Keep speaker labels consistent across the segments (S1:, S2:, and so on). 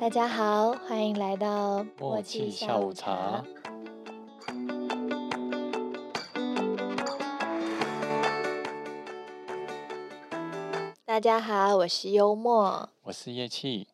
S1: 大家好，欢迎来到
S2: 默契下午茶。
S1: 大家好，我是幽默。
S2: 我是叶气。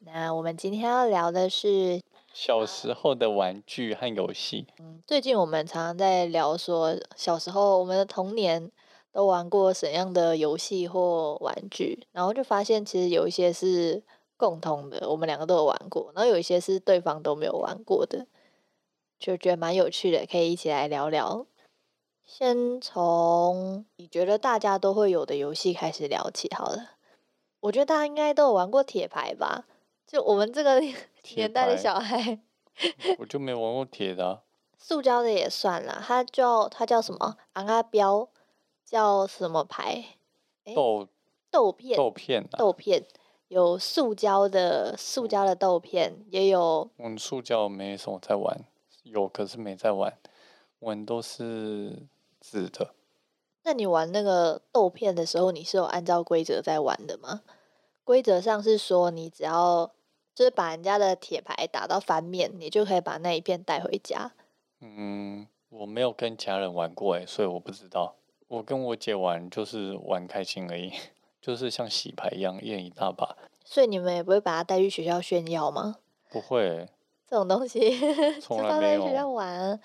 S1: 那我们今天要聊的是，
S2: 小时候的玩具和游 戏，
S1: 最近我们常常在聊说，小时候我们的童年都玩过怎样的游戏或玩具，然后就发现其实有一些是共同的，我们两个都有玩过，然后有一些是对方都没有玩过的，就觉得蛮有趣的，可以一起来聊聊。先从你觉得大家都会有的游戏开始聊起好了。我觉得大家应该都有玩过铁牌吧？就我们这个
S2: 铁
S1: 年代的
S2: 牌
S1: 小孩，
S2: 我就没玩过铁的啊、
S1: 塑胶的也算啦，它叫它叫什么？昂啊标叫什么牌？诶
S2: 豆
S1: 豆片，
S2: 豆片啊，
S1: 豆片有塑胶的，
S2: 嗯
S1: 塑胶的豆片也有
S2: 我们塑胶没什么在玩，有可是没在玩，我们都是纸的。
S1: 那你玩那个豆片的时候，你是有按照规则在玩的吗？规则上是说，你只要就是把人家的铁牌打到翻面，你就可以把那一片带回家。
S2: 嗯，我没有跟家人玩过哎、所以我不知道。我跟我姐玩就是玩开心而已， 就是像洗牌一样验一大把。
S1: 所以你们也不会把它带去学校炫耀吗？
S2: 不会欸、
S1: 这种东西
S2: 从
S1: 就
S2: 来
S1: 放
S2: 没
S1: 在
S2: 有
S1: 学校玩啊，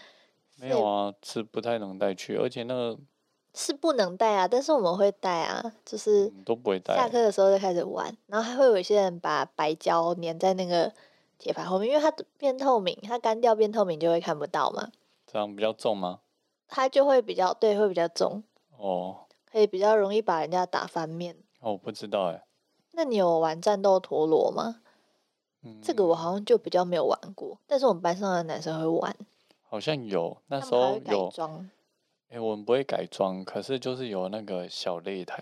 S1: 所
S2: 没
S1: 以
S2: 有啊，是不太能带去，而且那个、
S1: 是不能带啊，但是我们会带啊，就是
S2: 嗯、都不会带
S1: 下
S2: 欸。
S1: 课的时候就开始玩，然后还会有一些人把白胶粘在那个铁盘后面，因为它变透明，它干掉变透明就会看不到嘛，
S2: 这样比较重吗？
S1: 它就会比较对，会比较重，
S2: 哦，
S1: 可以比较容易把人家打翻面。
S2: 哦，我不知道哎、
S1: 那你有玩战斗陀螺吗？
S2: 嗯，
S1: 这个我好像就比较没有玩过，但是我们班上的男生会玩，
S2: 好像有，那
S1: 他
S2: 时
S1: 们还
S2: 候
S1: 会改
S2: 有，
S1: 装。
S2: 哎、我们不会改装，可是就是有那个小擂台，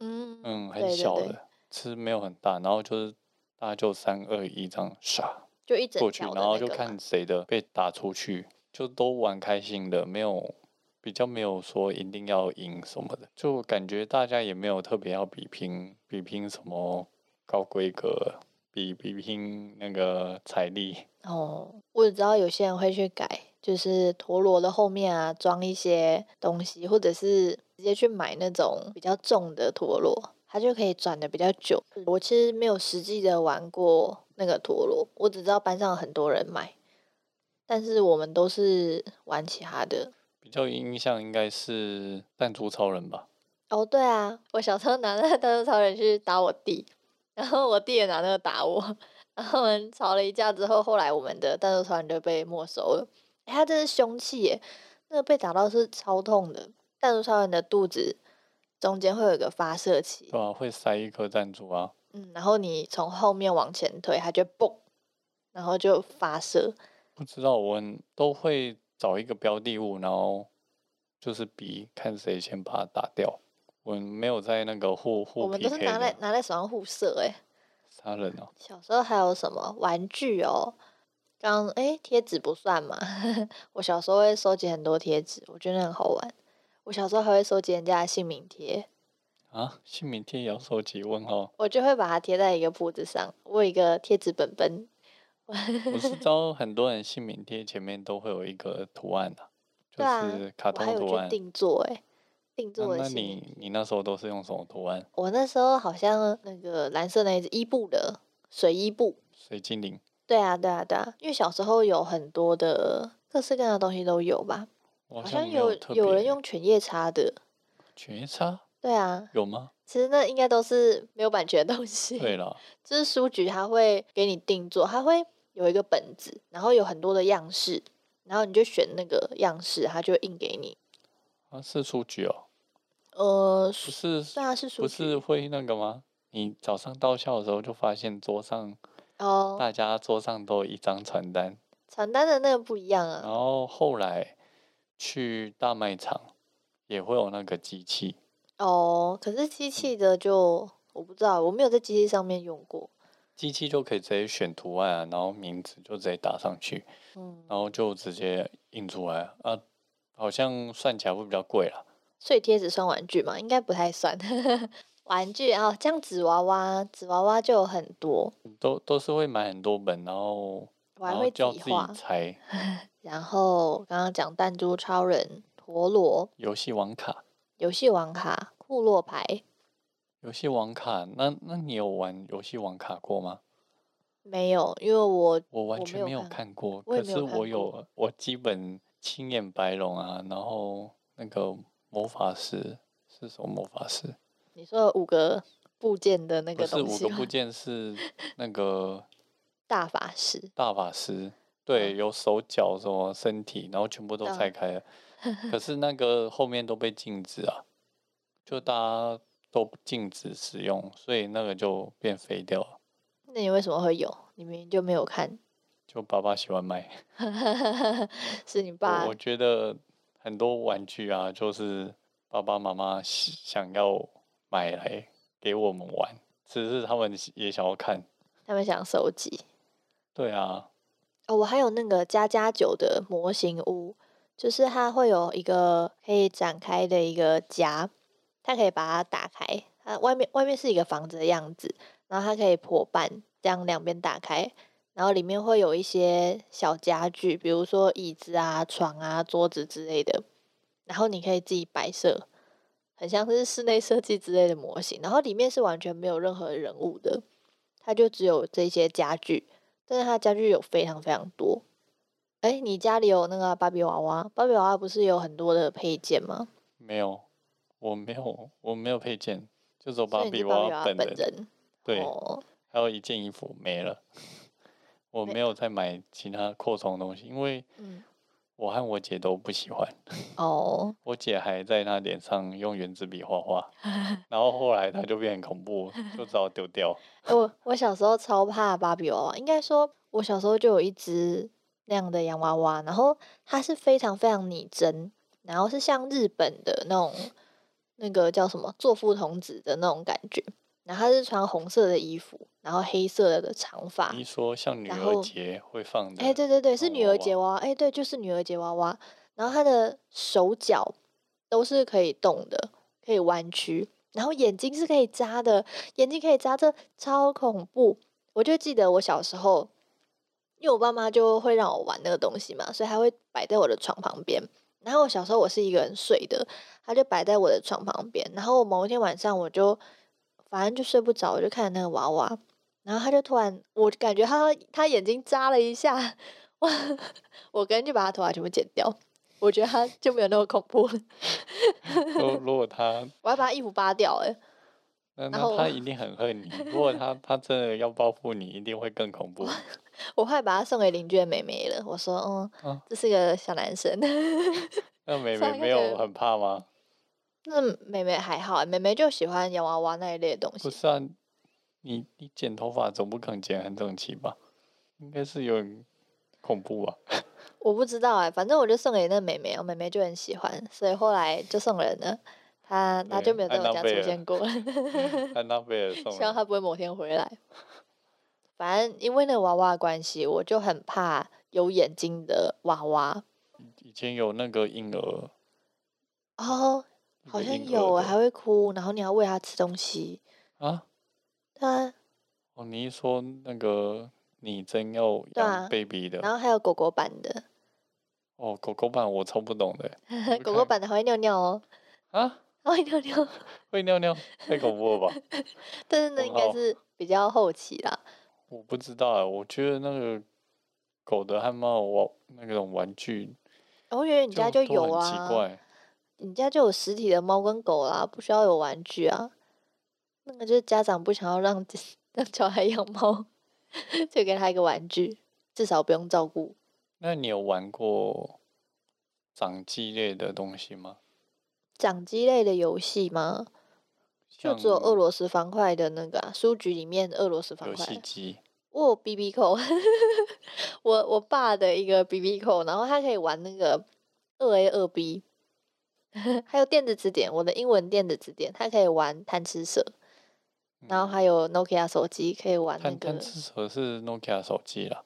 S1: 嗯
S2: 嗯，
S1: 对
S2: 很
S1: 对
S2: 小
S1: 对
S2: 的，其实没有很大，然后就是大家就三二一这样唰
S1: 就一整
S2: 过去，
S1: 条的
S2: 然后
S1: 那
S2: 就
S1: 个嘛
S2: 看谁的被打出去，就都玩开心的，没有比较没有说一定要赢什么的，就感觉大家也没有特别要比拼比拼什么高规格，比比拼那个财力。
S1: 哦，我只知道有些人会去改，就是陀螺的后面啊装一些东西，或者是直接去买那种比较重的陀螺，它就可以转的比较久。我其实没有实际的玩过那个陀螺，我只知道班上很多人买，但是我们都是玩其他的。
S2: 比较有印象应该是弹珠超人吧？
S1: 哦，对啊，我小时候拿那个弹珠超人去打我弟，然后我弟也拿那个打我，然后我们吵了一架之后，后来我们的弹珠超人就被没收了。哎，他这是凶器耶，那个被打到是超痛的。弹珠超人的肚子中间会有一个发射器
S2: 对，啊，会塞一颗弹珠啊。
S1: 嗯，然后你从后面往前推，它就嘣，然后就发射。
S2: 不知道我们都会找一个标的物，然后就是比看谁先把它打掉。我们没有在那个互
S1: 我
S2: 互
S1: 们都是
S2: PK
S1: 拿在
S2: 的
S1: 拿在手上互射，哎，
S2: 杀人哦、
S1: 小时候还有什么玩具哦？刚诶，贴纸不算嘛。 我小时候会收集很多贴纸，我觉得很好玩。我小时候还会收集人家的姓名贴，，
S2: 啊！姓名贴也要收集问号
S1: 我就会把它贴在一个铺子上。我有一个贴纸本本，
S2: 我是知道很多人姓名贴前面都会有一个图案的、
S1: 对啊
S2: 就是卡
S1: 我还
S2: 通
S1: 有
S2: 图案。
S1: 去定做诶，定
S2: 啊
S1: 做的
S2: 那
S1: 姓名。
S2: 你你那时候都是用什么图案？
S1: 我那时候好像那个蓝色那一只伊布的水伊布，
S2: 水精灵，
S1: 对啊对啊对啊，因为小时候有很多的各式各样的东西都有吧，
S2: 我好
S1: 好像
S2: 没有
S1: 有
S2: 特
S1: 有人
S2: 别
S1: 用犬夜叉的，
S2: 绝杀
S1: 对啊，
S2: 有吗？
S1: 其实那应该都是没有版权的东西，
S2: 对了，
S1: 就是书局它会给你定做，它会有一个本子，然后有很多的样式，然后你就选那个样式，它就印给你。
S2: 啊，是书局哦，
S1: 呃，
S2: 不
S1: 书
S2: 是
S1: 对啊，是书
S2: 不是
S1: 局
S2: 会那个吗？你早上到校的时候就发现桌上
S1: 哦，
S2: 大家桌上都有一张传单，
S1: 传单的那个不一样
S2: 然
S1: 啊，
S2: 后后来去大卖场也会有那个机器，
S1: 哦，可是机器的就我不知道，我没有在机器上面用过，
S2: 机器就可以直接选图案啊，然后名字就直接打上去，
S1: 嗯，
S2: 然后就直接印出来啊，好像算起来会比较贵啦。
S1: 所以贴纸算玩具嘛，应该不太算。 玩具啊，像纸娃娃，纸娃娃就有很多，
S2: 都都是会买很多本，然后
S1: 我还
S2: 然后
S1: 会自
S2: 叫
S1: 己
S2: 哦自己
S1: 画。
S2: 猜
S1: 然后刚刚讲弹珠超人、陀螺、
S2: 游戏王卡。
S1: 游戏王卡、库洛牌
S2: 游戏王卡，那那你有玩游戏王卡过吗？
S1: 没有，因为我
S2: 我完
S1: 我
S2: 全
S1: 没
S2: 没
S1: 有
S2: 有
S1: 看
S2: 看过，
S1: 我也
S2: 可
S1: 没
S2: 是
S1: 有看
S2: 我有，我基本青眼白龙啊，然后那个魔法师是什么魔法师？
S1: 你说有五个部件的那
S2: 不
S1: 个
S2: 是
S1: 东
S2: 五
S1: 西啊
S2: 个
S1: 吗
S2: 部件是那个
S1: 大法师，
S2: 大法师，
S1: 嗯
S2: 对，有手脚什么身体，然后全部都
S1: 懂
S2: 拆开 了。可是那个后面都被禁止啊，就大家都禁止使用，所以那个就变废掉了。
S1: 那你为什么会有？你明明就没有看，
S2: 就爸爸喜欢买。
S1: 是你爸
S2: 我我觉得很多玩具啊，就是爸爸妈妈喜想要买来给我们玩，只是他们也想要看。
S1: 他们想收集
S2: 对啊，
S1: 哦。我还有那个加加九的模型屋，就是它会有一个可以展开的一个夹，它可以把它打开，它外面外面是一个房子的样子，然后它可以破半，这样两边打开。然后里面会有一些小家具，比如说椅子啊、床啊、桌子之类的，然后你可以自己摆设，很像是室内设计之类的模型。然后里面是完全没有任何人物的，它就只有这些家具，但是它家具有非常非常多。哎，你家里有那个芭比娃娃？芭比娃娃不是有很多的配件吗？
S2: 没有，我没有，我没有配件，就
S1: 所
S2: 走芭
S1: 以你
S2: 比
S1: 是芭
S2: 娃
S1: 比娃娃
S2: 本
S1: 本
S2: 人。
S1: 人。
S2: 对，
S1: 哦，
S2: 还有一件衣服没了。我
S1: 没
S2: 没有再买其他扩充的东西，因为
S1: 嗯，
S2: 我和我姐都不喜欢。
S1: 哦，
S2: 我姐还在她脸上用圆珠笔 画画，然后后来她就变很恐怖，就只好丢掉。
S1: 哎我我小时候超怕芭比娃娃，应该说，我小时候就有一只那样的洋娃娃，然后它是非常非常拟真，然后是像日本的那种那个叫什么作父童子的那种感觉，然后它是穿红色的衣服，然后黑色的长发
S2: 你，说像女
S1: 然
S2: 儿
S1: 后
S2: 节会放的，
S1: 哎、对对对，是
S2: 洋
S1: 女
S2: 娃
S1: 儿节娃娃，哎、对，就是女儿节娃娃，然后它的手脚都是可以动的，可以弯曲，然后眼睛是可以眨的，眼睛可以眨，这超恐怖。我就记得我小时候，因为我爸妈就会让我玩那个东西嘛，所以他会摆在我的床旁边。然后我小时候我是一个人睡的，他就摆在我的床旁边。然后我某一天晚上我就反正就睡不着，我就看那个娃娃，然后他就突然，我感觉他他眼睛眨了一下，我 我跟就把他头发全部剪掉。我觉得他就没有那么恐怖了，
S2: 如如果他
S1: 我还把他衣服扒掉哎、
S2: 那
S1: 然后
S2: 那他一定很恨你。如果他他真的要报复你，一定会更恐怖。
S1: 我后来把它送给邻居的妹妹了。我说，嗯，
S2: 啊
S1: 这是个小男生。
S2: 那妹
S1: 所以那
S2: 妹没
S1: 个
S2: 有很怕吗？
S1: 那妹妹还好欸，妹妹就喜欢洋娃娃那一类的东西。
S2: 不是啊，你你剪头发总不可能剪很整齐吧？应该是有点恐 怖吧？
S1: 我不知道哎、反正我就送给那妹妹，我妹妹就很喜欢，所以后来就送人了。她她
S2: 对
S1: 就没有在
S2: 安
S1: 我
S2: 娜
S1: 家
S2: 贝
S1: 出
S2: 尔
S1: 现过。
S2: 安娜贝尔送
S1: 希望
S2: 的，
S1: 他不会某天回来。反正因为那个娃娃的关系，我就很怕有眼睛的娃娃。
S2: 以前有那个婴儿，
S1: 哦，
S2: 一
S1: 好
S2: 个
S1: 像
S2: 婴
S1: 有
S2: 儿
S1: 欸，
S2: 的
S1: 还会哭，然后你要喂它吃东西。
S2: 啊。
S1: 对，
S2: 哦，你一说那个你真要
S1: 对啊
S2: 养 baby 的、
S1: 然后还有狗狗版的，
S2: 哦，狗狗版我超不懂的我 就
S1: 狗狗
S2: 看
S1: 版的还会尿尿哦，
S2: 啊，
S1: 还会尿尿。
S2: 会尿尿太恐怖了吧？
S1: 但是那
S2: 很
S1: 应该
S2: 哦好
S1: 是比较后期啦。
S2: 我不知道啊，我觉得那个狗的和猫的玩那种玩具
S1: 我以为你家就
S2: 都
S1: 有
S2: 很
S1: 啊，
S2: 奇怪，
S1: 你家就有实体的猫跟狗啦，不需要有玩具啊。那个就是家长不想要让 让小孩养猫， 就给他一个玩具，至少不用照顾。
S2: 那你有玩过掌机类的东西吗？
S1: 掌机类的游戏吗？就
S2: 像
S1: 只有俄罗斯方块的那个、啊、书局里面俄罗斯方
S2: 游戏
S1: 块。
S2: 机，
S1: 我有 B B 扣， 我我爸的一个 B B 扣，然后他可以玩那个二 A 二 B，还有电子词典，我的英文电子词典，他可以玩贪吃蛇。然后
S2: 嗯
S1: 还有 Nokia 手机可以玩那
S2: 贪贪
S1: 个，
S2: 吃蛇是 Nokia 手机啦。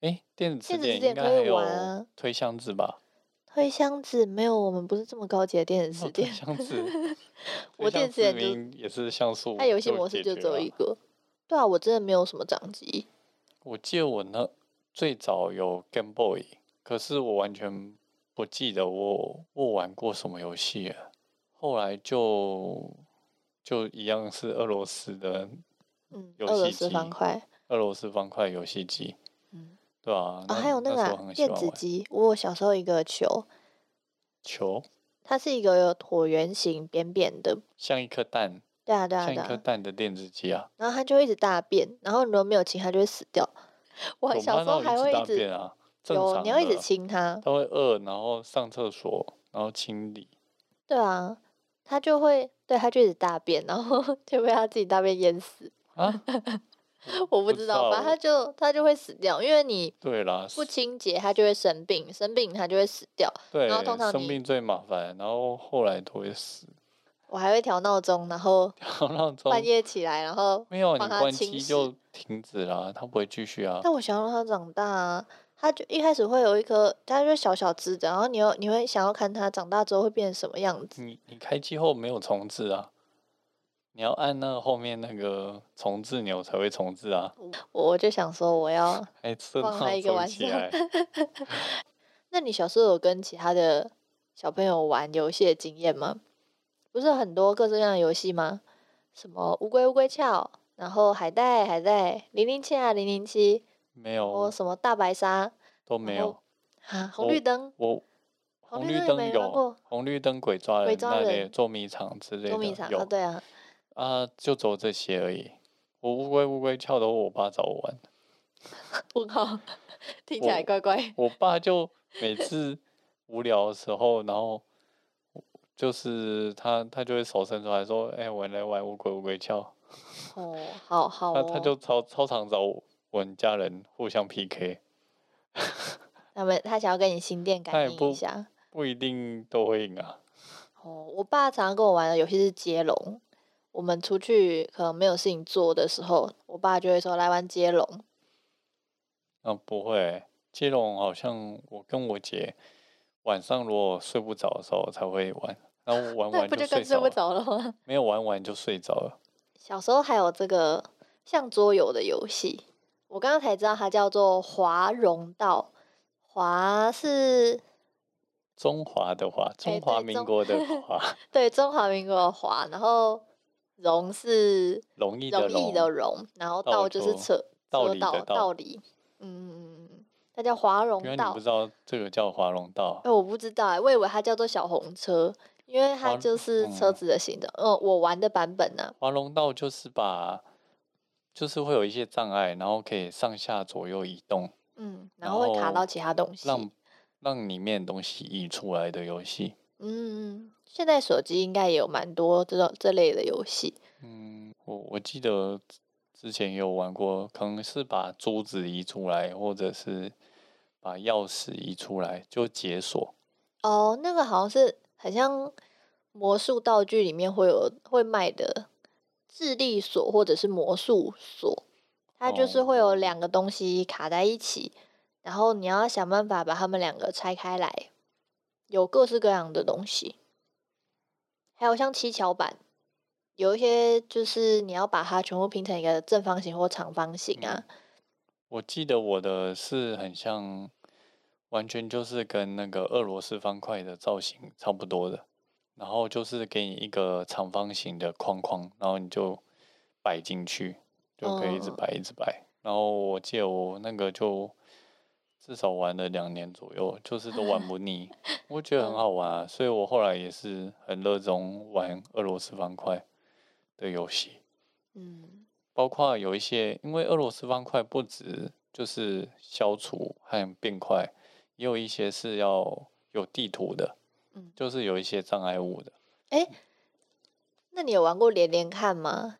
S2: 诶，电子
S1: 电子
S2: 词
S1: 词
S2: 典
S1: 典
S2: 应该
S1: 可
S2: 还
S1: 以
S2: 有
S1: 玩啊
S2: 推箱子吧？
S1: 推箱子没有，我们不是这么高级的电子
S2: 哦
S1: 词
S2: 对
S1: 典，，
S2: 箱子
S1: 我
S2: 对
S1: 电
S2: 象
S1: 子眼
S2: 字
S1: 就
S2: 名也是像素，
S1: 它游戏模式就只有一。个。对啊，我真的没有什么掌机，
S2: 我记得我那最早有 Game Boy，可是我完全不记得我我玩过什么游戏了。后来就就一样是俄罗斯的
S1: 嗯，
S2: 游
S1: 俄罗
S2: 戏
S1: 斯
S2: 机
S1: 方块，
S2: 俄罗斯方块游戏机，
S1: 嗯，
S2: 对啊，
S1: 啊，还有那
S2: 那
S1: 个
S2: 时候
S1: 啊
S2: 很喜
S1: 电
S2: 欢
S1: 子
S2: 玩
S1: 机，我小时候一个球，
S2: 球，
S1: 它是一个椭圆形扁扁的，
S2: 像一颗蛋，
S1: 对啊对啊对
S2: 像一颗
S1: 啊，
S2: 蛋的电子机啊。
S1: 然后它就会一直大便，然后你如果没有清它就会死掉。 我
S2: 有
S1: 小
S2: 妈
S1: 时候
S2: 那
S1: 还
S2: 我
S1: 会
S2: 大
S1: 一直
S2: 便啊，正
S1: 有，
S2: 常
S1: 你要一直
S2: 的
S1: 清它，
S2: 它会饿，然后上厕所，然后清理。
S1: 对啊，它就会对它就一直大便，然后 就被它自己大便淹死。，
S2: 啊
S1: 我不
S2: 不
S1: 知道，反正
S2: 我
S1: 它就它就会死掉，因为你
S2: 对啦，
S1: 不清洁它就会生病，生病它就会死掉。
S2: 对，
S1: 后通常
S2: 生
S1: 你
S2: 病最麻烦，然后后来都会死。
S1: 我还会调闹钟，然 后
S2: 然后让钟
S1: 半夜起来，然后
S2: 哦没有你
S1: 帮它
S2: 关
S1: 清
S2: 机
S1: 洗
S2: 就停止啦，它不会继续啊。
S1: 但我想要让它长大啊，它就一开始会有一颗，它就小小只的，然后你又你会想要看它长大之后会变成什么样子。
S2: 你你开机后没有重置啊，你要按那个后面那个重置钮才会重置啊。
S1: 我我就想说，我 要。
S2: 哎，这
S1: 放了
S2: 闹
S1: 一个
S2: 钟
S1: 晚
S2: 起
S1: 上
S2: 来，
S1: 那你小时候有跟其他的小朋友玩游戏的经验吗？不是很多各式各样的游戏吗？什么乌龟乌龟壳，然后海带海带，零零七啊零零七，
S2: 没
S1: 然后
S2: 有
S1: 什么大白鲨
S2: 都没
S1: 后
S2: 有。
S1: 啊，红
S2: 我
S1: 绿灯、
S2: 我
S1: 红
S2: 红
S1: 绿
S2: 绿
S1: 灯也
S2: 灯
S1: 没玩
S2: 有
S1: 过
S2: 红绿灯鬼抓
S1: 鬼
S2: 人
S1: 抓
S2: 那类
S1: 人
S2: 捉迷藏之类
S1: 捉迷
S2: 的
S1: 藏
S2: 有
S1: 啊，对啊，
S2: 啊，就走这些而已。我乌龟乌龟壳都我爸找我玩，
S1: 问号， 听起来
S2: 我
S1: 怪 怪。
S2: 我爸就每次无聊的时候，然后就是他他就会手伸出来说：“哎、我来玩乌龟乌龟壳。
S1: 哦，好好
S2: 他
S1: 哦，
S2: 他就超超常找我我们家人互相 PK，
S1: 他们他想要跟你心电
S2: 他
S1: 感
S2: 也
S1: 应一
S2: 不
S1: 下。
S2: 不一定都会赢啊。
S1: 哦，我爸常常跟我玩的游戏是接龙。我们出去可能没有事情做的时候，我爸就会说来玩接龙。
S2: 啊，不会、接龙好像我跟我姐晚上如果睡不着的时候才会玩，然后玩
S1: 那
S2: 完
S1: 不就
S2: 睡
S1: 更睡
S2: 着
S1: 不
S2: 了，
S1: 着了吗？
S2: 没有玩完就睡着了。
S1: 小时候还有这个像桌游的游戏，我刚刚才知道它叫做华容道。华是
S2: 中华的华，中
S1: 哎
S2: 华
S1: 对
S2: 民
S1: 中
S2: 国的华，
S1: 对中华民国的华，然后容是
S2: 容易
S1: 容
S2: 的
S1: 易
S2: 容，
S1: 的容，然后
S2: 道
S1: 道就是
S2: 就
S1: 车
S2: 道
S1: 车
S2: 理的
S1: 道
S2: 道
S1: 道理。嗯嗯嗯嗯嗯，它叫华容
S2: 原来你
S1: 道
S2: 不。知道这个叫华容道啊
S1: 哎、我不知道哎、我以为它叫做小红车，因为它
S2: 华
S1: 就是车
S2: 嗯
S1: 子的形状。嗯、我玩的版本呢、
S2: 华容道就是把，就是会有一些障碍，然后可以上下左右移动，
S1: 嗯，然
S2: 然
S1: 后会卡到
S2: 后
S1: 其他东西。
S2: 让让里面的东西移出来的游戏。
S1: 嗯，现在手机应该也有蛮多这种这类的游戏。
S2: 嗯，我我记得之前也有玩过，可能是把珠子移出来，或者是把钥匙移出来，就解锁。
S1: 哦，那个好像是很像魔术道具里面会有会卖的智力锁或者是魔术锁，它就是会有
S2: 哦
S1: 两个东西卡在一起，然后你要想办法把它们两个拆开来，有各式各样的东西，还有像七巧板。有一些就是你要把它全部拼成一个正方形或长方形啊，
S2: 我记得我的是很像，完全就是跟那个俄罗斯方块的造型差不多的，然后就是给你一个长方形的框框，然后你就摆进去，就可以一直
S1: 嗯
S2: 摆一直摆。然后我记得我那个就至少玩了两年左右，就是都玩 不腻，我觉得很
S1: 嗯
S2: 好玩啊，所以我后来也是很热衷玩俄罗斯方块的游戏。
S1: 嗯，
S2: 包括有一些，因为俄罗斯方块不止就是消除和变快，也有一些是要有地图的，
S1: 嗯
S2: 就是有一些障碍物的。
S1: 那你有玩过连连看吗？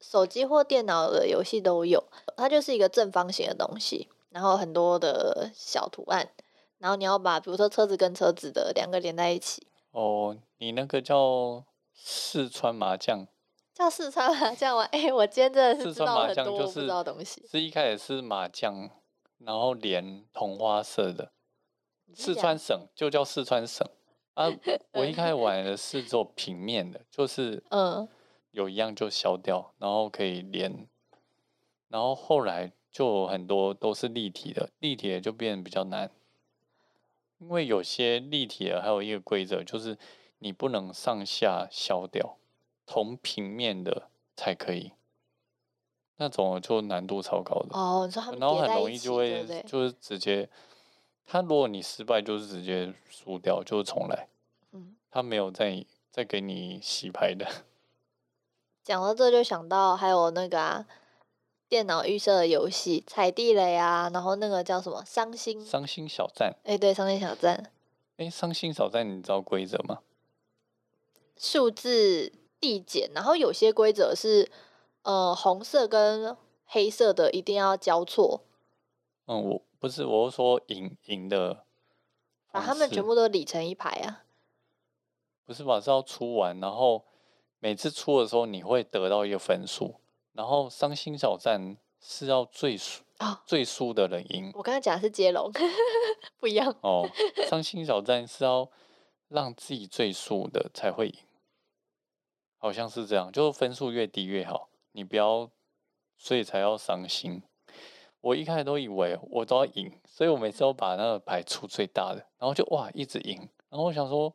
S1: 手机或电脑的游戏都有，它就是一个正方形的东西，然后很多的小图案，然后你要把比如说车子跟车子的两个连在一起，
S2: 哦，你那个叫四川 麻将，
S1: 叫四川 麻将玩。哎、我今天真的是
S2: 四
S1: 知
S2: 川
S1: 道
S2: 麻
S1: 很
S2: 将
S1: 多
S2: 就
S1: 我不知
S2: 是
S1: 道的东西。
S2: 是一开始是麻将，然后连同花色的，四川省就叫四川省 啊！我一开始玩的是做平面的，就是
S1: 嗯
S2: 有一样就消掉，然后可以连，然后后来就很多都是立体的，立体的就变比较难，因为有些立体的还有一个规则就是你不能上下消掉，同平面的才可以，那种的就难度超高的。
S1: 哦，你说他们
S2: 然后
S1: 叠
S2: 很
S1: 在
S2: 容
S1: 一
S2: 易
S1: 起，
S2: 就
S1: 对
S2: 会
S1: 不对？
S2: 就是直接，他如果你失败就是直接输掉，就是重来，
S1: 嗯，
S2: 他没有再再给你洗牌的。
S1: 讲到这就想到还有那个啊，电脑预设的游戏踩地雷啊，然后那个叫什么伤心，
S2: 伤心小站，
S1: 哎、对，伤心小站，
S2: 哎，伤心小站你知道规则吗？
S1: 数字递减，然后有些规则是呃红色跟黑色的一定要交错，
S2: 嗯，我不是，我是说赢赢的
S1: 把
S2: 方
S1: 它们全
S2: 式
S1: 部都理成一排啊。
S2: 不是吧？是要出完，然后每次出的时候你会得到一个分数，然后伤心小站是要最输、
S1: 啊
S2: 最输的人赢。
S1: 我刚刚讲的是接龙， 不一样。
S2: 哦，伤心小站是要让自己最输的才会赢，好像是这样，就是分数越低越好，你不要，所以才要伤心。我一开始都以为我都要赢，所以我每次都把那个牌出最大的，然后就哇一直赢，然后我想说，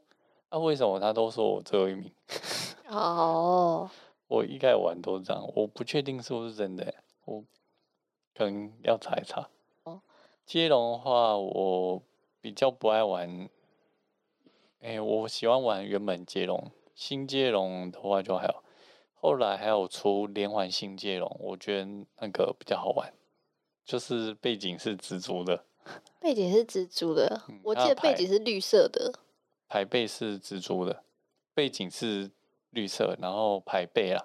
S2: 啊为什么他都说我最后一名？
S1: 哦，
S2: 我一开始玩都是这样，我不确定是不是真的欸、我可能要查一查。
S1: 哦
S2: 接龙的话，我比较不爱玩，哎、我喜欢玩原本接龙，新接龙的话就还好。后来还有出连环新接龙，我觉得那个比较好玩，就是背景是蜘蛛的，
S1: 背景是蜘蛛的，
S2: 嗯
S1: 我
S2: 它
S1: 记
S2: 的
S1: 得背
S2: 牌
S1: 景是绿色的。
S2: 牌背是蜘蛛的，背景是绿色，然后牌背啊，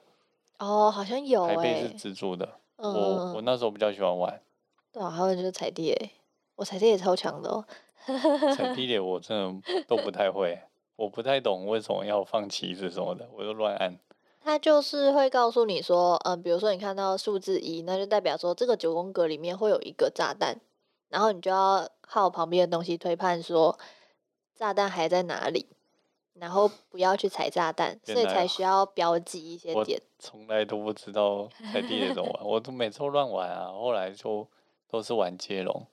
S1: 哦，好像有
S2: 牌
S1: 哎、
S2: 背是蜘蛛的。
S1: 嗯
S2: 我我那时候比较喜欢玩。
S1: 对啊，还有就是踩地雷，我踩地雷超强的哦。
S2: 踩地雷我真的都不太会，我不太懂为什么要放棋子什么的，我就乱按。
S1: 它就是会告诉你说，嗯，比如说你看到数字一，那就代表说这个九宫格里面会有一个炸弹，然后你就要靠旁边的东西推判说炸弹还在哪里，然后不要去踩炸弹，所
S2: 原
S1: 以
S2: 来
S1: 才
S2: 哦
S1: 需要标记一些
S2: 我
S1: 点。
S2: 从来都不知道踩地雷怎么玩，我都每次都乱玩啊。后来就都是玩接龙。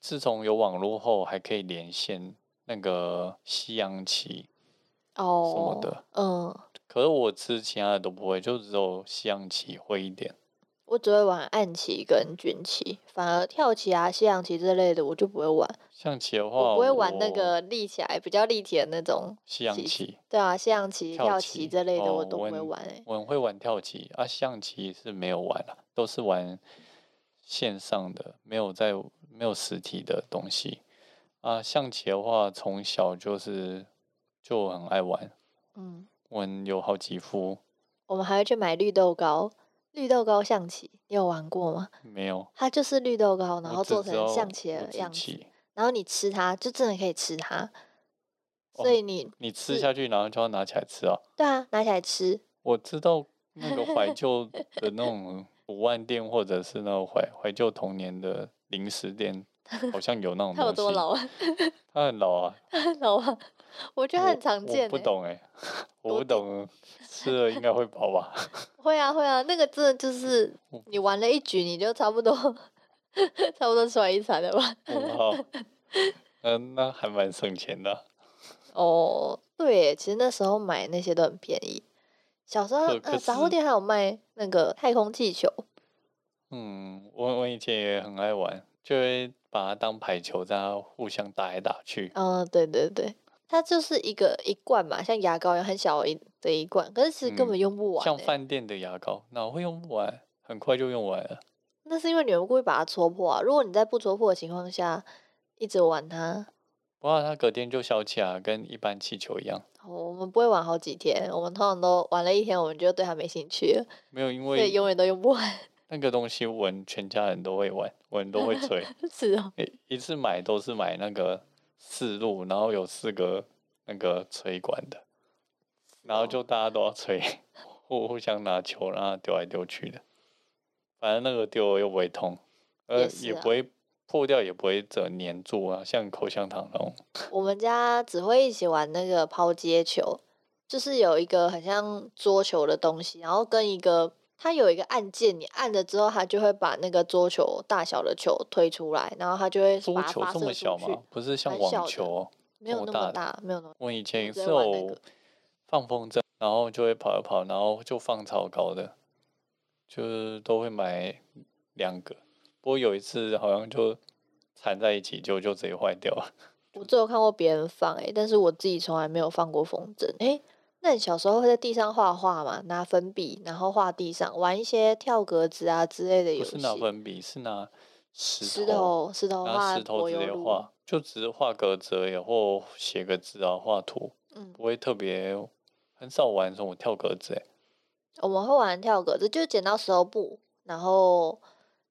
S2: 自从有网络后，还可以连线那个西洋棋
S1: 哦，
S2: 什么的。
S1: 嗯，
S2: 可是我吃其他的都不会，就只有西洋棋会一点。
S1: 我只会玩暗棋跟军棋，反而跳棋啊、西洋棋这类的我就不会玩。
S2: 象棋的话，
S1: 我不会玩
S2: 哦
S1: 那个立起来比较立体的那种
S2: 西洋
S1: 棋子
S2: 棋，
S1: 对啊，西洋棋、
S2: 跳
S1: 跳
S2: 棋
S1: 棋这类的
S2: 哦
S1: 我都不会
S2: 我很
S1: 玩欸诶、
S2: 我很会玩跳棋啊，象棋是没有玩啊，都是玩线上的，没有在没有实体的东西啊。象棋的话，从小就是就很爱玩，
S1: 嗯，
S2: 我们有好几副
S1: 我们还会去买绿豆糕，绿豆糕象棋，你有玩过吗？
S2: 没有，
S1: 它就是绿豆糕，然
S2: 我
S1: 后
S2: 只
S1: 做
S2: 知
S1: 成
S2: 道
S1: 象棋
S2: 五
S1: 的
S2: 子
S1: 样子，
S2: 棋。
S1: 然后你吃它，就真的可以吃它。所
S2: 哦
S1: 以你、
S2: 你吃
S1: 是
S2: 下去，然后就要拿起来吃啊。
S1: 对啊，拿起来吃，
S2: 我知道那个怀旧的那 种五万店，或者是那种怀怀旧童年的零食店，好像有 那种
S1: 它有多
S2: 东西。
S1: 老啊？
S2: 它很老啊，
S1: 它很老啊！我觉得它很常见、欸。
S2: 我不懂哎、 我
S1: 多
S2: 不
S1: 点
S2: 懂，吃了应该会饱吧？
S1: 会啊会啊，那个真的就是
S2: 我不
S1: 你玩了一局，你就差不多差不多吃完一餐了吧？
S2: 问号，嗯，那还蛮省钱的啊。
S1: 哦，对耶，其实那时候买那些都很便宜。小时候，
S2: 可可
S1: 呃，杂货
S2: 是
S1: 店还有卖那个太空气球，
S2: 嗯，我我以前也很爱玩，就会把它当排球，在那互相打来打去。
S1: 嗯，对对对，它就是一个一罐嘛，像牙膏一样很小一的一罐，可是其实根
S2: 嗯
S1: 本用不完欸
S2: 像
S1: 耶
S2: 饭店的牙膏，哪会用不完？很快就用完了。
S1: 那是因为你们故意把它戳破啊，如果你在不戳破的情况下一直玩它，
S2: 不过它隔天就消气啊，跟一般气球一样。
S1: 哦我们不会玩好几天，我们通常都玩了一天，我们就对它没兴趣了，
S2: 没有，因
S1: 所以
S2: 为
S1: 永远都用不完。
S2: 那个东西我们全家人都会玩，我们都会 吹。
S1: 是哦，
S2: 诶一次买都是买那个四路，然后有四个那个吹管的，然后
S1: 哦
S2: 就大家都要吹，互互相拿球，然后丢来丢去的。反正那个丢了又不会痛，呃，
S1: 也是
S2: 也
S1: 啊
S2: 不会破掉也不会整粘住啊，像口香糖那种。
S1: 我们家只会一起玩那个抛接球，就是有一个很像桌球的东西，然后跟一个它有一个按键，你按了之后，它就会把那个桌球大小的球推出来，然后它就会
S2: 桌
S1: 把它
S2: 球
S1: 发射
S2: 这么
S1: 出
S2: 小
S1: 去
S2: 吗？。不是像
S1: 蛮小
S2: 网
S1: 的
S2: 球哦、
S1: 没有那
S2: 这么
S1: 么
S2: 大
S1: 大，没有那么
S2: 我以前也
S1: 直接
S2: 是
S1: 玩那
S2: 有
S1: 个
S2: 放风筝，然后就会跑一跑，然后就放超高的，就是都会买两个。不过有一次好像就缠在一起，就就直接坏掉了。
S1: 我只有看过别人放诶、但是我自己从来没有放过风筝诶、那你小时候会在地上画画吗？拿粉笔然后画地上，玩一些跳格子啊之类的
S2: 不
S1: 游
S2: 是
S1: 戏。
S2: 拿粉笔，是拿石
S1: 石头石头
S2: 拿
S1: 画
S2: 石头
S1: 柏
S2: 直
S1: 油
S2: 接
S1: 路，
S2: 画，就只是画格子而已，或写个字啊，画图，
S1: 嗯，
S2: 不会特别很少玩什么跳格子、欸。
S1: 我们会玩跳格子，就是剪刀石头布，然后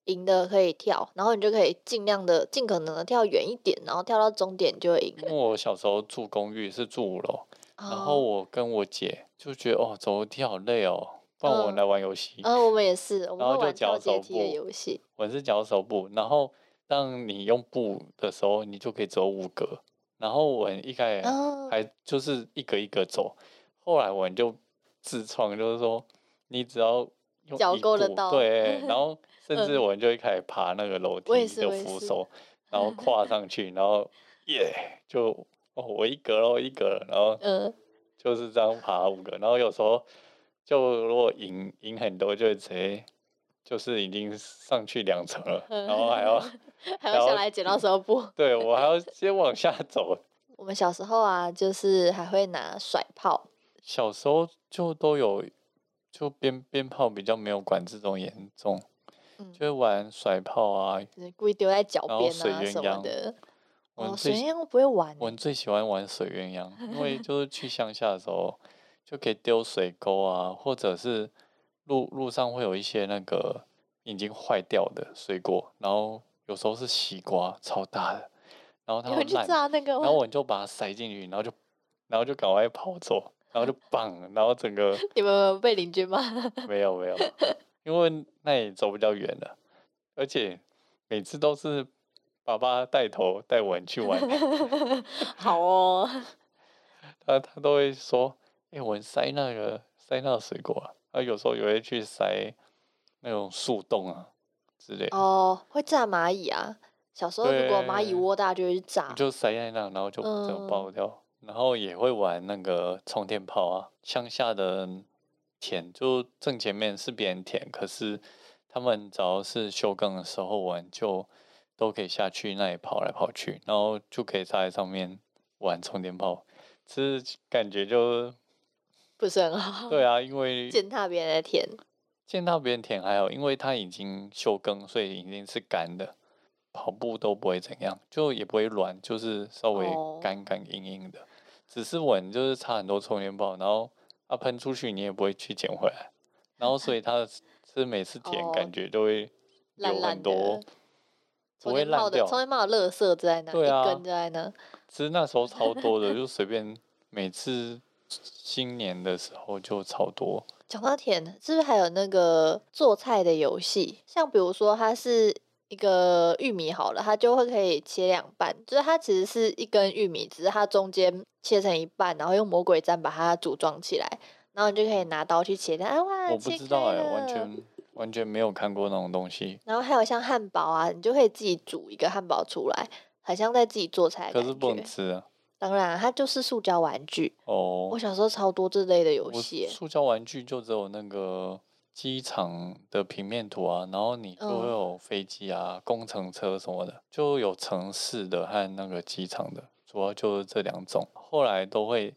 S1: 赢的可以跳，然后你就可以尽量的、尽可能的跳远一点，然后跳到终点就会赢
S2: 因。为我小时候住公寓，是住五楼， 然后
S1: 哦，
S2: 我跟我姐就觉得哦，走楼梯好累哦，不然我
S1: 嗯
S2: 们来玩游戏。
S1: 嗯，我们也是，我
S2: 然
S1: 们
S2: 后
S1: 会
S2: 就
S1: 玩跳
S2: 脚手
S1: 阶梯的
S2: 步
S1: 游戏。
S2: 我是脚手步，然后让你用步的时候，你就可以走五格。然后我一开始
S1: 嗯，
S2: 还就是一格一格走，后来我就自创，就是说你只要用
S1: 脚
S2: 一
S1: 够得
S2: 步
S1: 到
S2: 对，然 后甚至
S1: 嗯
S2: 我们就会开始爬那个楼
S1: 我也
S2: 梯
S1: 是
S2: 的
S1: 我也
S2: 扶
S1: 是
S2: 手，然后跨上去，然后耶就哦我一格喽一格了，然后
S1: 嗯，
S2: 就是这样爬五个，然后有时候就如果赢赢很多，就会直接就是已经上去两层了，然后还 要
S1: 还
S2: 然
S1: 要下
S2: 后
S1: 来剪刀石头布。
S2: 对我还要先往下走。
S1: 我们小时候啊，就是还会拿甩炮，
S2: 小时候就都有，就鞭鞭炮比较没有管制这种严重，
S1: 嗯，
S2: 就是玩甩炮啊。
S1: 就是故意丢在脚
S2: 然后
S1: 边
S2: 水
S1: 啊
S2: 鸳
S1: 什么
S2: 鸯
S1: 的。
S2: 我
S1: 哦，
S2: 们
S1: 水
S2: 最喜
S1: 鸯我不会玩
S2: 我
S1: 欸，
S2: 们最喜欢玩水鸳鸯，因 为就是去乡下的时候就可以丢水沟啊，或者是路路上会有一些那个已经坏掉的水果，然后有时候是西瓜超大的，然后它
S1: 你
S2: 会
S1: 们去
S2: 烂，
S1: 炸那个
S2: 然后
S1: 吗？
S2: 我就把它塞进去，然后就然后就赶快跑走，然后就棒，然后整个
S1: 你们有被邻居骂？
S2: 没有没有，因为那也走比较远了，而且每次都是爸爸带头带我们去玩，
S1: 好哦，
S2: 他他都会说，哎、我们塞那个塞那个水果啊，他有时候也会去塞那种树洞啊之类的，
S1: 哦，会炸蚂蚁啊！小时候如果蚂蚁
S2: 对
S1: 窝大，就会去炸。
S2: 就塞在那，然后就整个爆掉。然后也会玩那个冲天炮啊，乡下的田就正前面是别人田，可是他们只要是休耕的时候，我们就都可以下去那里跑来跑去，然后就可以在上面玩冲天炮。只是感觉就
S1: 不是很好。
S2: 对，啊，因为
S1: 践踏别人的田。
S2: 见到别人田还好，因为它已经休耕，所以已经是干的，跑步都不会怎样，就也不会软，就是稍微
S1: 哦
S2: 干干硬硬的。只是稳就是差很多充电宝，然后它喷出去你也不会去捡回来，然后所以它是每次舔
S1: 哦
S2: 感觉都会
S1: 烂
S2: 有
S1: 烂的
S2: 很多，不
S1: 充
S2: 会
S1: 电炮
S2: 烂
S1: 的
S2: 掉。
S1: 充电炮的垃圾就在那，
S2: 对啊
S1: 一根就在那。
S2: 其实那时候超多的，就随便每次新年的时候就超多。
S1: 讲到田，是不是还有那个做菜的游戏？像比如说，它是一个玉米好了，它就会可以切两半，就是它其实是一根玉米，只是它中间切成一半，然后用魔鬼粘把它组装起来，然后你就可以拿刀去切它。啊哇，
S2: 我不
S1: 切
S2: 知道
S1: 开
S2: 哎、完
S1: 了
S2: 全完全没有看过那种东西。
S1: 然后还有像汉堡啊，你就可以自己煮一个汉堡出来，很像在自己做菜的
S2: 可是
S1: 感
S2: 不能
S1: 觉。
S2: 吃啊。
S1: 当然啊、它就是塑胶玩具。
S2: 哦，
S1: 我小时候超多这类的游
S2: 我
S1: 戏耶，
S2: 塑胶玩具就只有那个机场的平面图啊，然后你就会
S1: 嗯
S2: 有飞机啊、工程车什么的，就有城市的和那个机场的，主要就是这两种。后来都会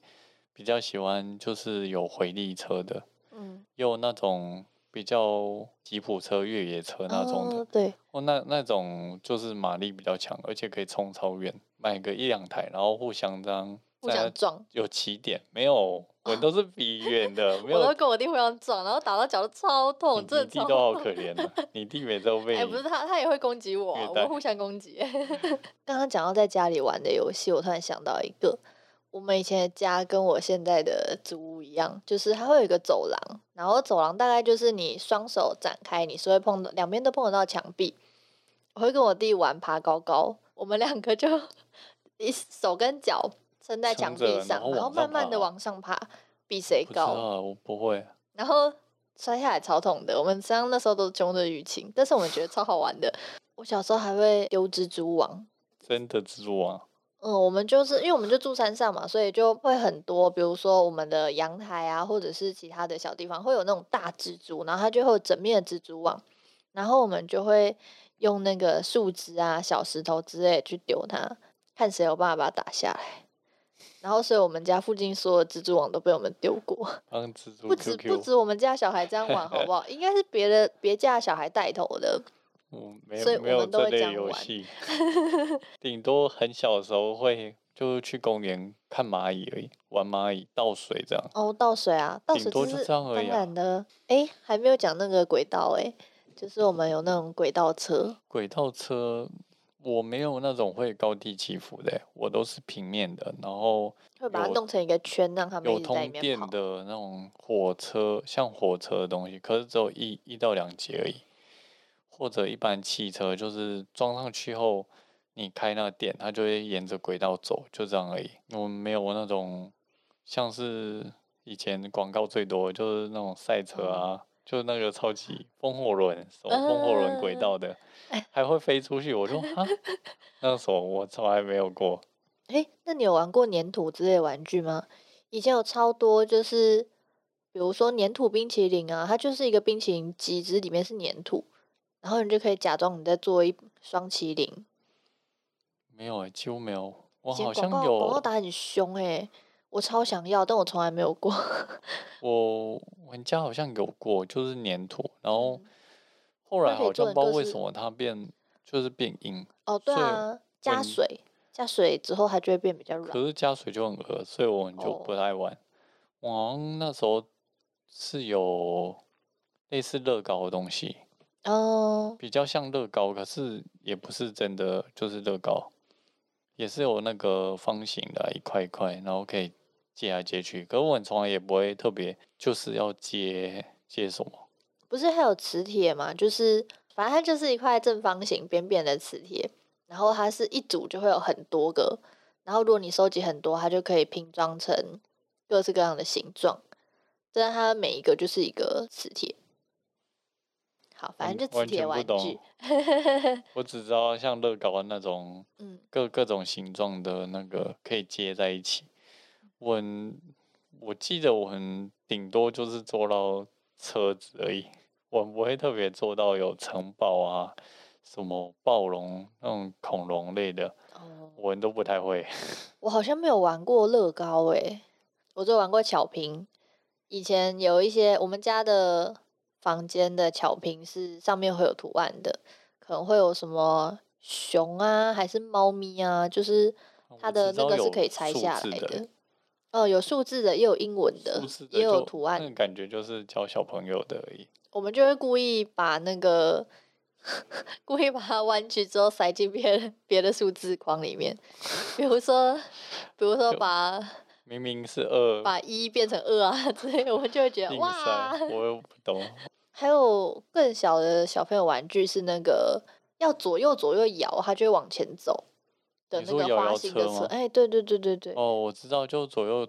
S2: 比较喜欢就是有回力车的，
S1: 嗯，
S2: 也有那种比较吉普车、越野车那种的。
S1: 哦，对，
S2: 哦，那那种就是马力比较强，而且可以冲超远，买个一两台，然后互相这样
S1: 互
S2: 在
S1: 相撞，
S2: 有起点没有？我都是比 远的，没
S1: 啊我都
S2: 有。
S1: 跟我弟互相撞，然后打到脚都超痛，
S2: 你
S1: 真
S2: 你
S1: 的
S2: 弟
S1: 超
S2: 都好
S1: 痛。
S2: 可怜啊，你弟每周 被
S1: 哎，不
S2: 你
S1: 是他，他也会攻击我啊、
S2: 虐
S1: 我
S2: 待
S1: 们互相攻击。 刚刚讲到在家里玩的游戏，我突然想到一个，我们以前的家跟我现在的租屋一样，就是它会有一个走廊，然后走廊大概就是你双手展开，你是会碰到两边都碰得到墙壁，我会跟我弟玩爬高高，我们两个就 一手跟脚撑在
S2: 撑
S1: 墙
S2: 着
S1: 壁
S2: 然
S1: 上，
S2: 后
S1: 然后
S2: 往
S1: 慢
S2: 上
S1: 慢的
S2: 爬
S1: 往上爬，比谁
S2: 不知道
S1: 高，
S2: 啊，我不会。
S1: 然后摔下来超痛的。我们身上那时候都是chống着雨晴，但是我们觉得超好玩的。我小时候还会丢蜘蛛网，
S2: 真的蜘蛛网，
S1: 嗯，我们就是因为我们就住山上嘛，所以就会很多，比如说我们的阳台啊，或者是其他的小地方，会有那种大蜘蛛，然后它就会有整面的蜘蛛网，然后我们就会用那个树枝啊、小石头之类去丢它，看谁有办法把它打下来。然后，所以我们家附近所有蜘蛛网都被我们丢过，
S2: 帮蜘蛛
S1: 不止不
S2: QQ，
S1: 止我们家小孩这样玩，好不 好？应该是别的别家的小孩带头的，
S2: 嗯，没
S1: 所以
S2: 有没
S1: 我
S2: 有
S1: 们都
S2: 这
S1: 会这样
S2: 类游
S1: 玩
S2: 戏，顶多很小的时候会就去公园看蚂蚁而已，玩蚂蚁倒水这样。
S1: 哦，倒水啊，倒
S2: 顶
S1: 水
S2: 多
S1: 这
S2: 就是这样而
S1: 当
S2: 已啊
S1: 然的。诶，还没有讲那个轨道诶，就是我们有那种轨道车，
S2: 轨道车我没有那种会高低起伏的欸，我都是平面的，然后
S1: 会把它
S2: 有
S1: 弄成一个圈，让他们一
S2: 有
S1: 直在里
S2: 通
S1: 面
S2: 电
S1: 跑。
S2: 的那种火车，像火车的东西，可是只有一一到两节而已。或者一般汽车，就是装上去后，你开那个电，它就会沿着轨道走，就这样而已。我们没有那种像是以前广告最多的就是那种赛车
S1: 嗯
S2: 啊，就是那个超级风火轮，什么风火轮轨
S1: 嗯
S2: 道的，还会飞出去。我说啊，那什么我从来没有过。
S1: 诶，那你有玩过粘土之类的玩具吗？以前有超多，就是比如说粘土冰淇淋啊，它就是一个冰淇淋机，只是里面是粘土，然后你就可以假装你在做一双麒麟。
S2: 没有欸，几乎没有。我
S1: 以前
S2: 好
S1: 广
S2: 像
S1: 告广告
S2: 有，
S1: 打很凶诶，我超想要，但我从来没有过。
S2: 我我们家好像有过，就是粘土，然后后
S1: 它
S2: 来
S1: 嗯可以
S2: 好
S1: 做
S2: 像
S1: 很
S2: 不知道
S1: 各
S2: 为
S1: 式
S2: 什么它变就是变硬，
S1: 哦，对
S2: 所以
S1: 啊，加
S2: 稳
S1: 水，加水之后它就会变比较软。
S2: 可是加水就很恶，所以我们就不
S1: 哦
S2: 太玩。我好像那时候是有类似乐高的东西，
S1: 哦，
S2: 比较像乐高，可是也不是真的就是乐高，也是有那个方形的啊、一块一块，然后可以接来接去。可是我们从来也不会特别就是要接接什么，
S1: 不是还有磁铁嘛？就是反正它就是一块正方形扁扁的磁铁，然后它是一组就会有很多个，然后如果你收集很多，它就可以拼装成各式各样的形状，但它每一个就是一个磁铁。好，反
S2: 完
S1: 正就磁
S2: 嗯完
S1: 铁
S2: 全不
S1: 玩具
S2: 懂。我只知道像乐高那种
S1: 嗯，
S2: 各各种形状的那个可以接在一起。我很我记得我很顶多就是做到车子而已，我不会特别做到有城堡啊、什么暴龙那种恐龙类的，
S1: 哦，
S2: 我们都不太会。
S1: 我好像没有玩过乐高诶、我只有玩过巧拼。以前有一些我们家的房间的巧拼是上面会有图案的，可能会有什么熊啊，还是猫咪啊，就是它
S2: 哦我
S1: 的
S2: 只知
S1: 那
S2: 道
S1: 个是
S2: 有
S1: 可以拆
S2: 数
S1: 下
S2: 字
S1: 来
S2: 的
S1: 的。哦，有数字的，也有英文的
S2: 数字，的
S1: 也有
S2: 就嗯
S1: 图案
S2: 那个感觉就是教小朋友的而已。
S1: 我们就会故意把那个 故意把它弯曲之后塞进别的别的数字框里面，比如说，比如说
S2: 就
S1: 把
S2: 明明是二，
S1: 把一变成二啊 之类的，我们就会觉得
S2: 硬
S1: 哇。
S2: 塞，我又不懂。
S1: 还有更小的小朋友玩具是那个要左右左右摇，它就会往前走的
S2: 你
S1: 那
S2: 说
S1: 个
S2: 摇
S1: 花
S2: 摇
S1: 形的
S2: 车
S1: 车。
S2: 吗
S1: 哎、对对对对对，
S2: 哦，我知道，就左右，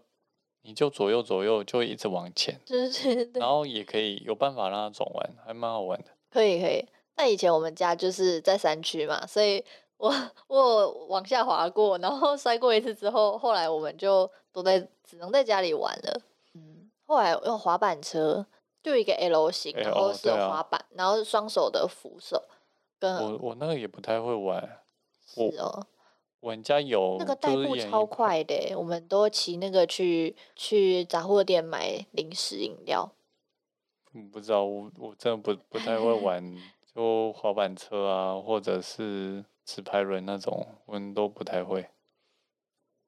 S2: 你就左右左右就一直往前，
S1: 就是 对
S2: 然，后也可以有办法让它转弯，还蛮好玩的。
S1: 可以可以。但以前我们家就是在山区嘛，所以我 我有往下滑过，然后摔过一次之后，后来我们就都在只能在家里玩了。嗯，后来用滑板车，就一个 L 型，
S2: 哎
S1: 然后
S2: 哦
S1: 是有
S2: 对啊
S1: 滑板，然后是双手的扶手跟
S2: 我我那个也不太会玩，我
S1: 是哦。
S2: 我们家有
S1: 那个代
S2: 哦就是
S1: 步
S2: 演
S1: 超
S2: 一款
S1: 快的欸，我们都骑那个去去杂货店买零食饮料。
S2: 嗯不知道，我我真的不不太 会玩，就滑板车啊，或者是直排轮那种，我们都不太会。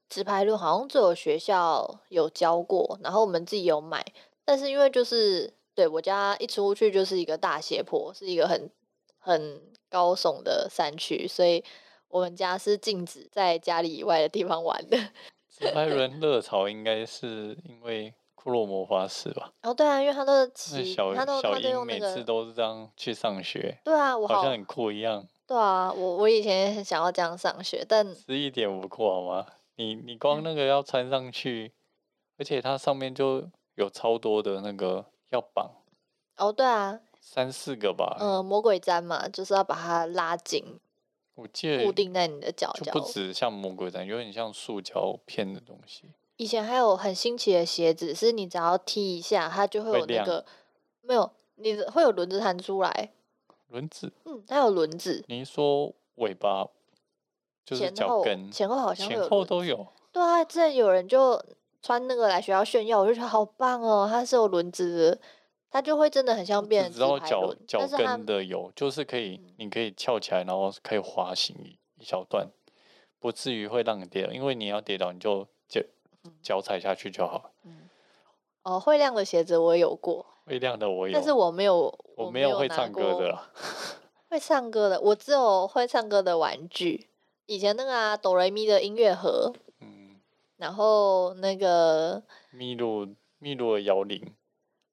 S1: 直排轮好像只有学校有教过，然后我们自己有买，但是因为就是对我家一出去就是一个大斜坡，是一个很很高耸的山区，所以我们家是禁止在家里以外的地方玩的。
S2: 直排轮热潮应该是因为骷髅魔法使吧？
S1: 哦，对啊，因为他都
S2: 那
S1: 骑，
S2: 小
S1: 他都
S2: 小
S1: 他都
S2: 英
S1: 用那
S2: 每次
S1: 个，
S2: 都是这样去上学，
S1: 对啊，我
S2: 好
S1: 好
S2: 像很酷一样。
S1: 对啊，我我以前也很想要这样上学，但
S2: 十一点不过好吗？你你
S1: 嗯
S2: 光那个要穿上去，而且它上面就有超多的那个要绑
S1: 哦，对啊，
S2: 三四个吧，
S1: 嗯、魔鬼毡嘛，就是要把它拉紧，
S2: 我记得
S1: 固定在你的脚
S2: 就
S1: 脚
S2: 不。止像魔鬼毡，有点像塑胶片的东西。
S1: 以前还有很新奇的鞋子，是你只要踢一下，它就会
S2: 会
S1: 有那
S2: 亮
S1: 个没有，你的会有轮子弹出来，
S2: 轮子，
S1: 嗯，它有轮子，
S2: 你一说尾巴就是
S1: 前
S2: 脚
S1: 后
S2: 跟，
S1: 前后好像会
S2: 前
S1: 有
S2: 后
S1: 轮
S2: 都有，
S1: 对啊，之前有人就穿那个来学校炫耀，我就觉得好棒哦，它是有轮子的，它就会真的很像变成自
S2: 只知道
S1: 拍
S2: 脚
S1: 轮，
S2: 脚
S1: 但是它嗯
S2: 跟的有，就是可以，你可以翘起来，然后可以滑行一一小段，不至于会让你跌倒，因为你要跌倒你就脚
S1: 嗯
S2: 脚踩下去就好。
S1: 哦会亮的鞋子我也有过，
S2: 微量的我有，
S1: 但是我没有，
S2: 我
S1: 没
S2: 没有会
S1: 拿
S2: 唱歌
S1: 过
S2: 的啦，
S1: 会唱歌的，我只有会唱歌的玩具。以前那个啊，哆来咪的音乐盒，
S2: 嗯，
S1: 然后那个
S2: 秘鲁秘鲁的摇铃，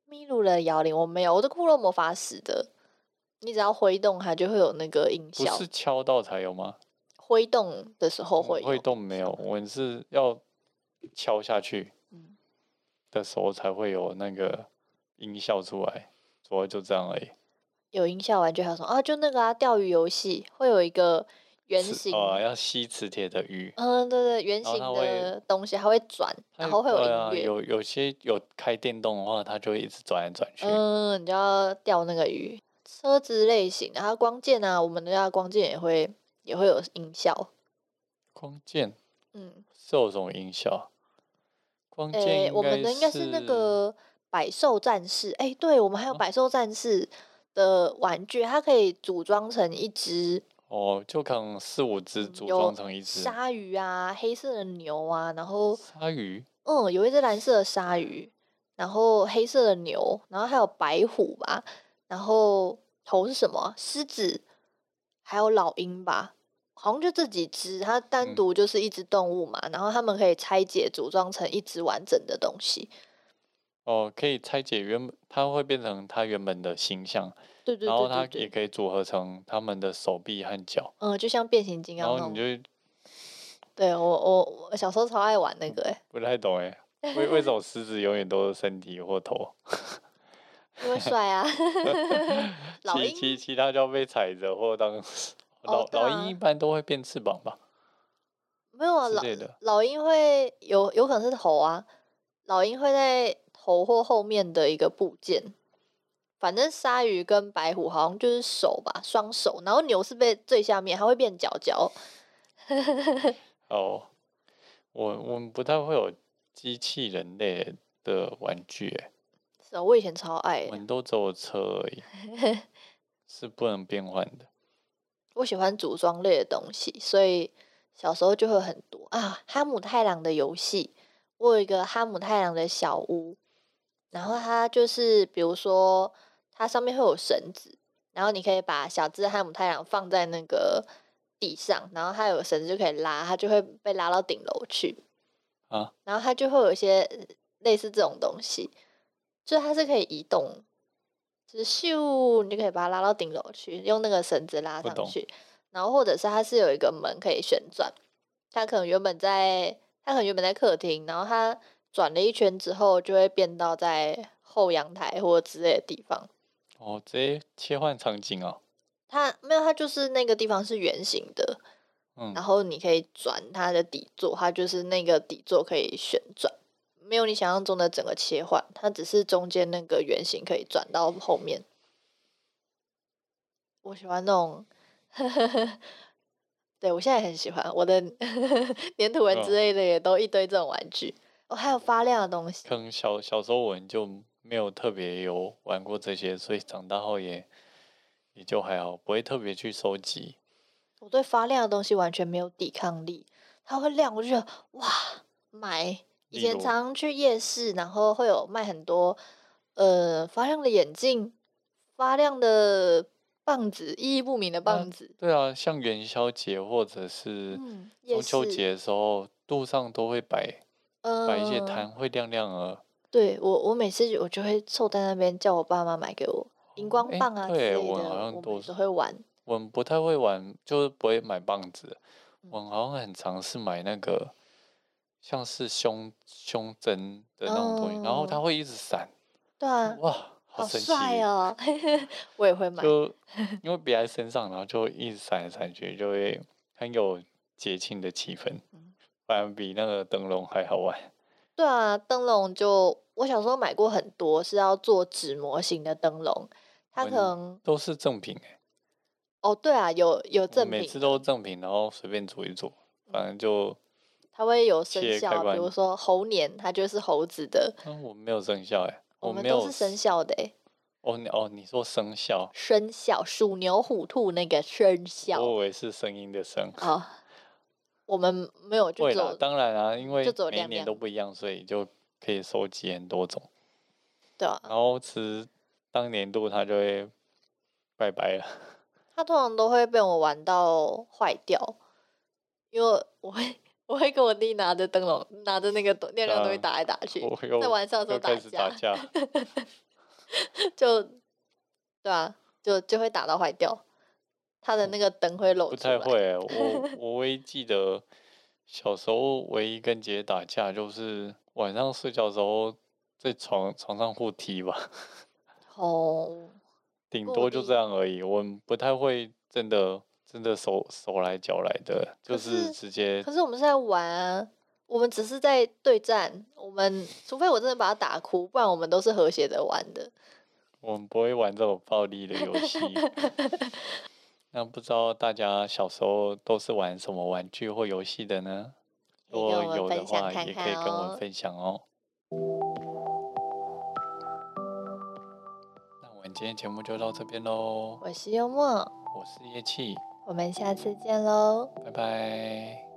S1: 咪噜的摇铃我没有，我是骷髅魔法使的。你只要挥动它，就会有那个音
S2: 不
S1: 效。
S2: 是敲到才有吗？
S1: 挥动的时候会有。
S2: 会动没有，我们是要敲下去
S1: 嗯
S2: 的时候才会有那个音效出来，主要就这样而已。
S1: 有音效玩具还有什么啊？就那个啊，钓鱼游戏会有一个圆
S2: 磁
S1: 形，
S2: 啊，要吸磁铁的鱼，
S1: 嗯，对对，圆
S2: 然
S1: 形
S2: 后它会
S1: 的东西，它会转，
S2: 它
S1: 然后会有
S2: 对
S1: 音
S2: 啊
S1: 乐，
S2: 有有些有开电动的话，它就会一直转来转去。
S1: 嗯，你就要钓那个鱼。车子类型，然后光剑啊，我们的啊光剑也会也会有音效，
S2: 光剑
S1: 嗯，
S2: 是有什么音效？光剑、
S1: 诶、我们的应该是那个百兽战士，诶、对，我们还有
S2: 哦
S1: 百兽战士的玩具，它可以组装成一只
S2: 哦，就可能四五只
S1: 嗯
S2: 组
S1: 有
S2: 装成一只
S1: 鲨鱼啊，黑色的牛啊，然后
S2: 鲨鱼，
S1: 嗯，有一只蓝色的鲨鱼，然后黑色的牛，然后还有白虎吧，然后头是什么啊？狮子，还有老鹰吧，好像就这几只，它单
S2: 嗯
S1: 独就是一只动物嘛，然后它们可以拆解组装成一只完整的东西。
S2: 哦，可以拆解原本，它会变成它原本的形象，
S1: 对对
S2: 然后
S1: 对
S2: 它
S1: 对
S2: 也
S1: 对，
S2: 可以组合成它们的手臂和脚，
S1: 嗯，就像变形金
S2: 然
S1: 刚那
S2: 后你
S1: 种。
S2: 就
S1: 对我我我小时候超爱玩那个、欸，
S2: 不太懂哎，为为什么狮子永远都是身体或头，
S1: 因 为帅啊， 老
S2: 其
S1: 鹰哦
S2: 其其他就要被踩着或当 老
S1: 对
S2: 老
S1: 啊
S2: 鹰一般都会变翅膀吧？
S1: 没有啊，
S2: 之
S1: 老
S2: 类的
S1: 老鹰会有有可能是头啊，老鹰会在头或后面的一个部件。反正鲨鱼跟白虎好像就是手吧，双手，然后牛是被最下面，它会变脚脚。
S2: 哦，我我们不太会有机器人类的玩具欸，
S1: 是啊，我以前超爱的，
S2: 我们都只有车而已， 是不能变换的。
S1: 我喜欢组装类的东西，所以小时候就会很多啊。哈姆太郎的游戏，我有一个哈姆太郎的小屋，然后它就是比如说它上面会有绳子，然后你可以把小只的哈姆太郎放在那个地上，然后它有绳子就可以拉，它就会被拉到顶楼去。
S2: 啊，
S1: 然后它就会有一些类似这种东西，就是它是可以移动，就是咻，你就可以把它拉到顶楼去，用那个绳子拉
S2: 不
S1: 上
S2: 懂
S1: 去。然后或者是它是有一个门可以旋转，它可能原本在它可能原本在客厅，然后它转了一圈之后就会变到在后阳台或之类的地方。
S2: 哦，直接切换场景哦，
S1: 它没有，它就是那个地方是圆形的，
S2: 嗯
S1: 然，后你可以转它的底座，它就是那个底座可以旋转，没有你想象中的整个切换，它只是中间那个圆形可以转到后面。我喜欢那种，对我现在很喜欢我的 粘土人
S2: 哦
S1: 之类的也都一堆这种玩具，哦，还有发亮的东西，
S2: 可能小小时候我们就没有特别有玩过这些，所以长大后也也就还好，不会特别去收集。
S1: 我对发亮的东西完全没有抵抗力，它会亮我就觉得哇买。以
S2: 例
S1: 前
S2: 如
S1: 常去夜市，然后会有卖很多呃发亮的眼镜、发亮的棒子、意义不明的棒子。
S2: 对啊，像元宵节或者是
S1: 嗯，夜
S2: 中秋
S1: 市
S2: 节的时候，路上都会摆摆一些
S1: 嗯
S2: 摊，会亮亮的。
S1: 对我，我每次我就会凑在那边叫我爸妈买给我荧光
S2: 哦诶
S1: 棒啊之类
S2: 对
S1: 的，
S2: 我好像
S1: 我
S2: 都
S1: 们
S2: 是
S1: 都会玩。
S2: 我们不太会玩，就是不会买棒子。
S1: 嗯
S2: 我们好像很尝试买那个像是胸胸针的那种东西，然后它会一直闪，
S1: 对啊，
S2: 哇，
S1: 哦好
S2: 神奇！
S1: 帅哦！ 我也会买，
S2: 就 因为别在身上，然后就一直闪来闪去，就会很有节庆的气氛，
S1: 嗯
S2: 反而比那个灯笼还好玩。
S1: 对啊，灯笼就我小时候买过很多，是要做纸模型的灯笼，它
S2: 我
S1: 可
S2: 也
S1: 能
S2: 都是正品哎、
S1: 哦，对啊，有有
S2: 我
S1: 赠
S2: 每
S1: 品啊嗯
S2: 次，都正品，然后随便做一做，反正就
S1: 它会有生
S2: 切开
S1: 肖，比
S2: 关
S1: 如说猴年，它就是猴子的，
S2: 嗯，我没有生肖哎、
S1: 我
S2: 没
S1: 们
S2: 有
S1: 都是生肖的、欸，
S2: 哦你哦，你说生肖，
S1: 生肖鼠牛虎兔那个生肖
S2: 我以为是声音的声。
S1: 啊、我们没有就
S2: 会
S1: 只
S2: 啦，
S1: 有
S2: 当然啊，因为
S1: 就走
S2: 每一
S1: 亮
S2: 年
S1: 亮
S2: 都不一样，所以就可以收集很多
S1: 嗯
S2: 种。
S1: 对啊，
S2: 然后其实当年度它就会拜拜了。
S1: 它通常都会被我玩到坏掉，因为我会 我会跟我弟拿着灯笼，拿着那个 东亮亮东西
S2: 嗯
S1: 打来打去，
S2: 我又
S1: 在晚上的时
S2: 又
S1: 候
S2: 开始
S1: 架，
S2: 打架，
S1: 就对啊，就就会打到坏掉，它的那个灯会露
S2: 不
S1: 出来。
S2: 太会 欸、我我唯一记得小时候唯一跟姐姐打架，就是晚上睡觉的时候在床床上互踢吧，
S1: 哦，
S2: 顶
S1: 固
S2: 多就
S1: 定
S2: 这样而已。我们不太会真的真的手手来脚来的，就
S1: 可
S2: 是
S1: 是
S2: 直接
S1: 可是我们是在玩啊，我们只是在对战，我们除非我真的把他打哭，不然我们都是和谐的玩的。
S2: 我们不会玩这种暴力的游 戏。那不知道大家小时候都是玩什么玩具或游戏的呢？
S1: 可
S2: 如
S1: 以跟我
S2: 果
S1: 们
S2: 有的
S1: 分享
S2: 话，
S1: 看
S2: 也可
S1: 看
S2: 以跟我们
S1: 哦
S2: 分享哦。那我们今天节目就到这边喽，
S1: 我是幽默，
S2: 我是叶气，
S1: 我们下次见喽。
S2: 拜拜。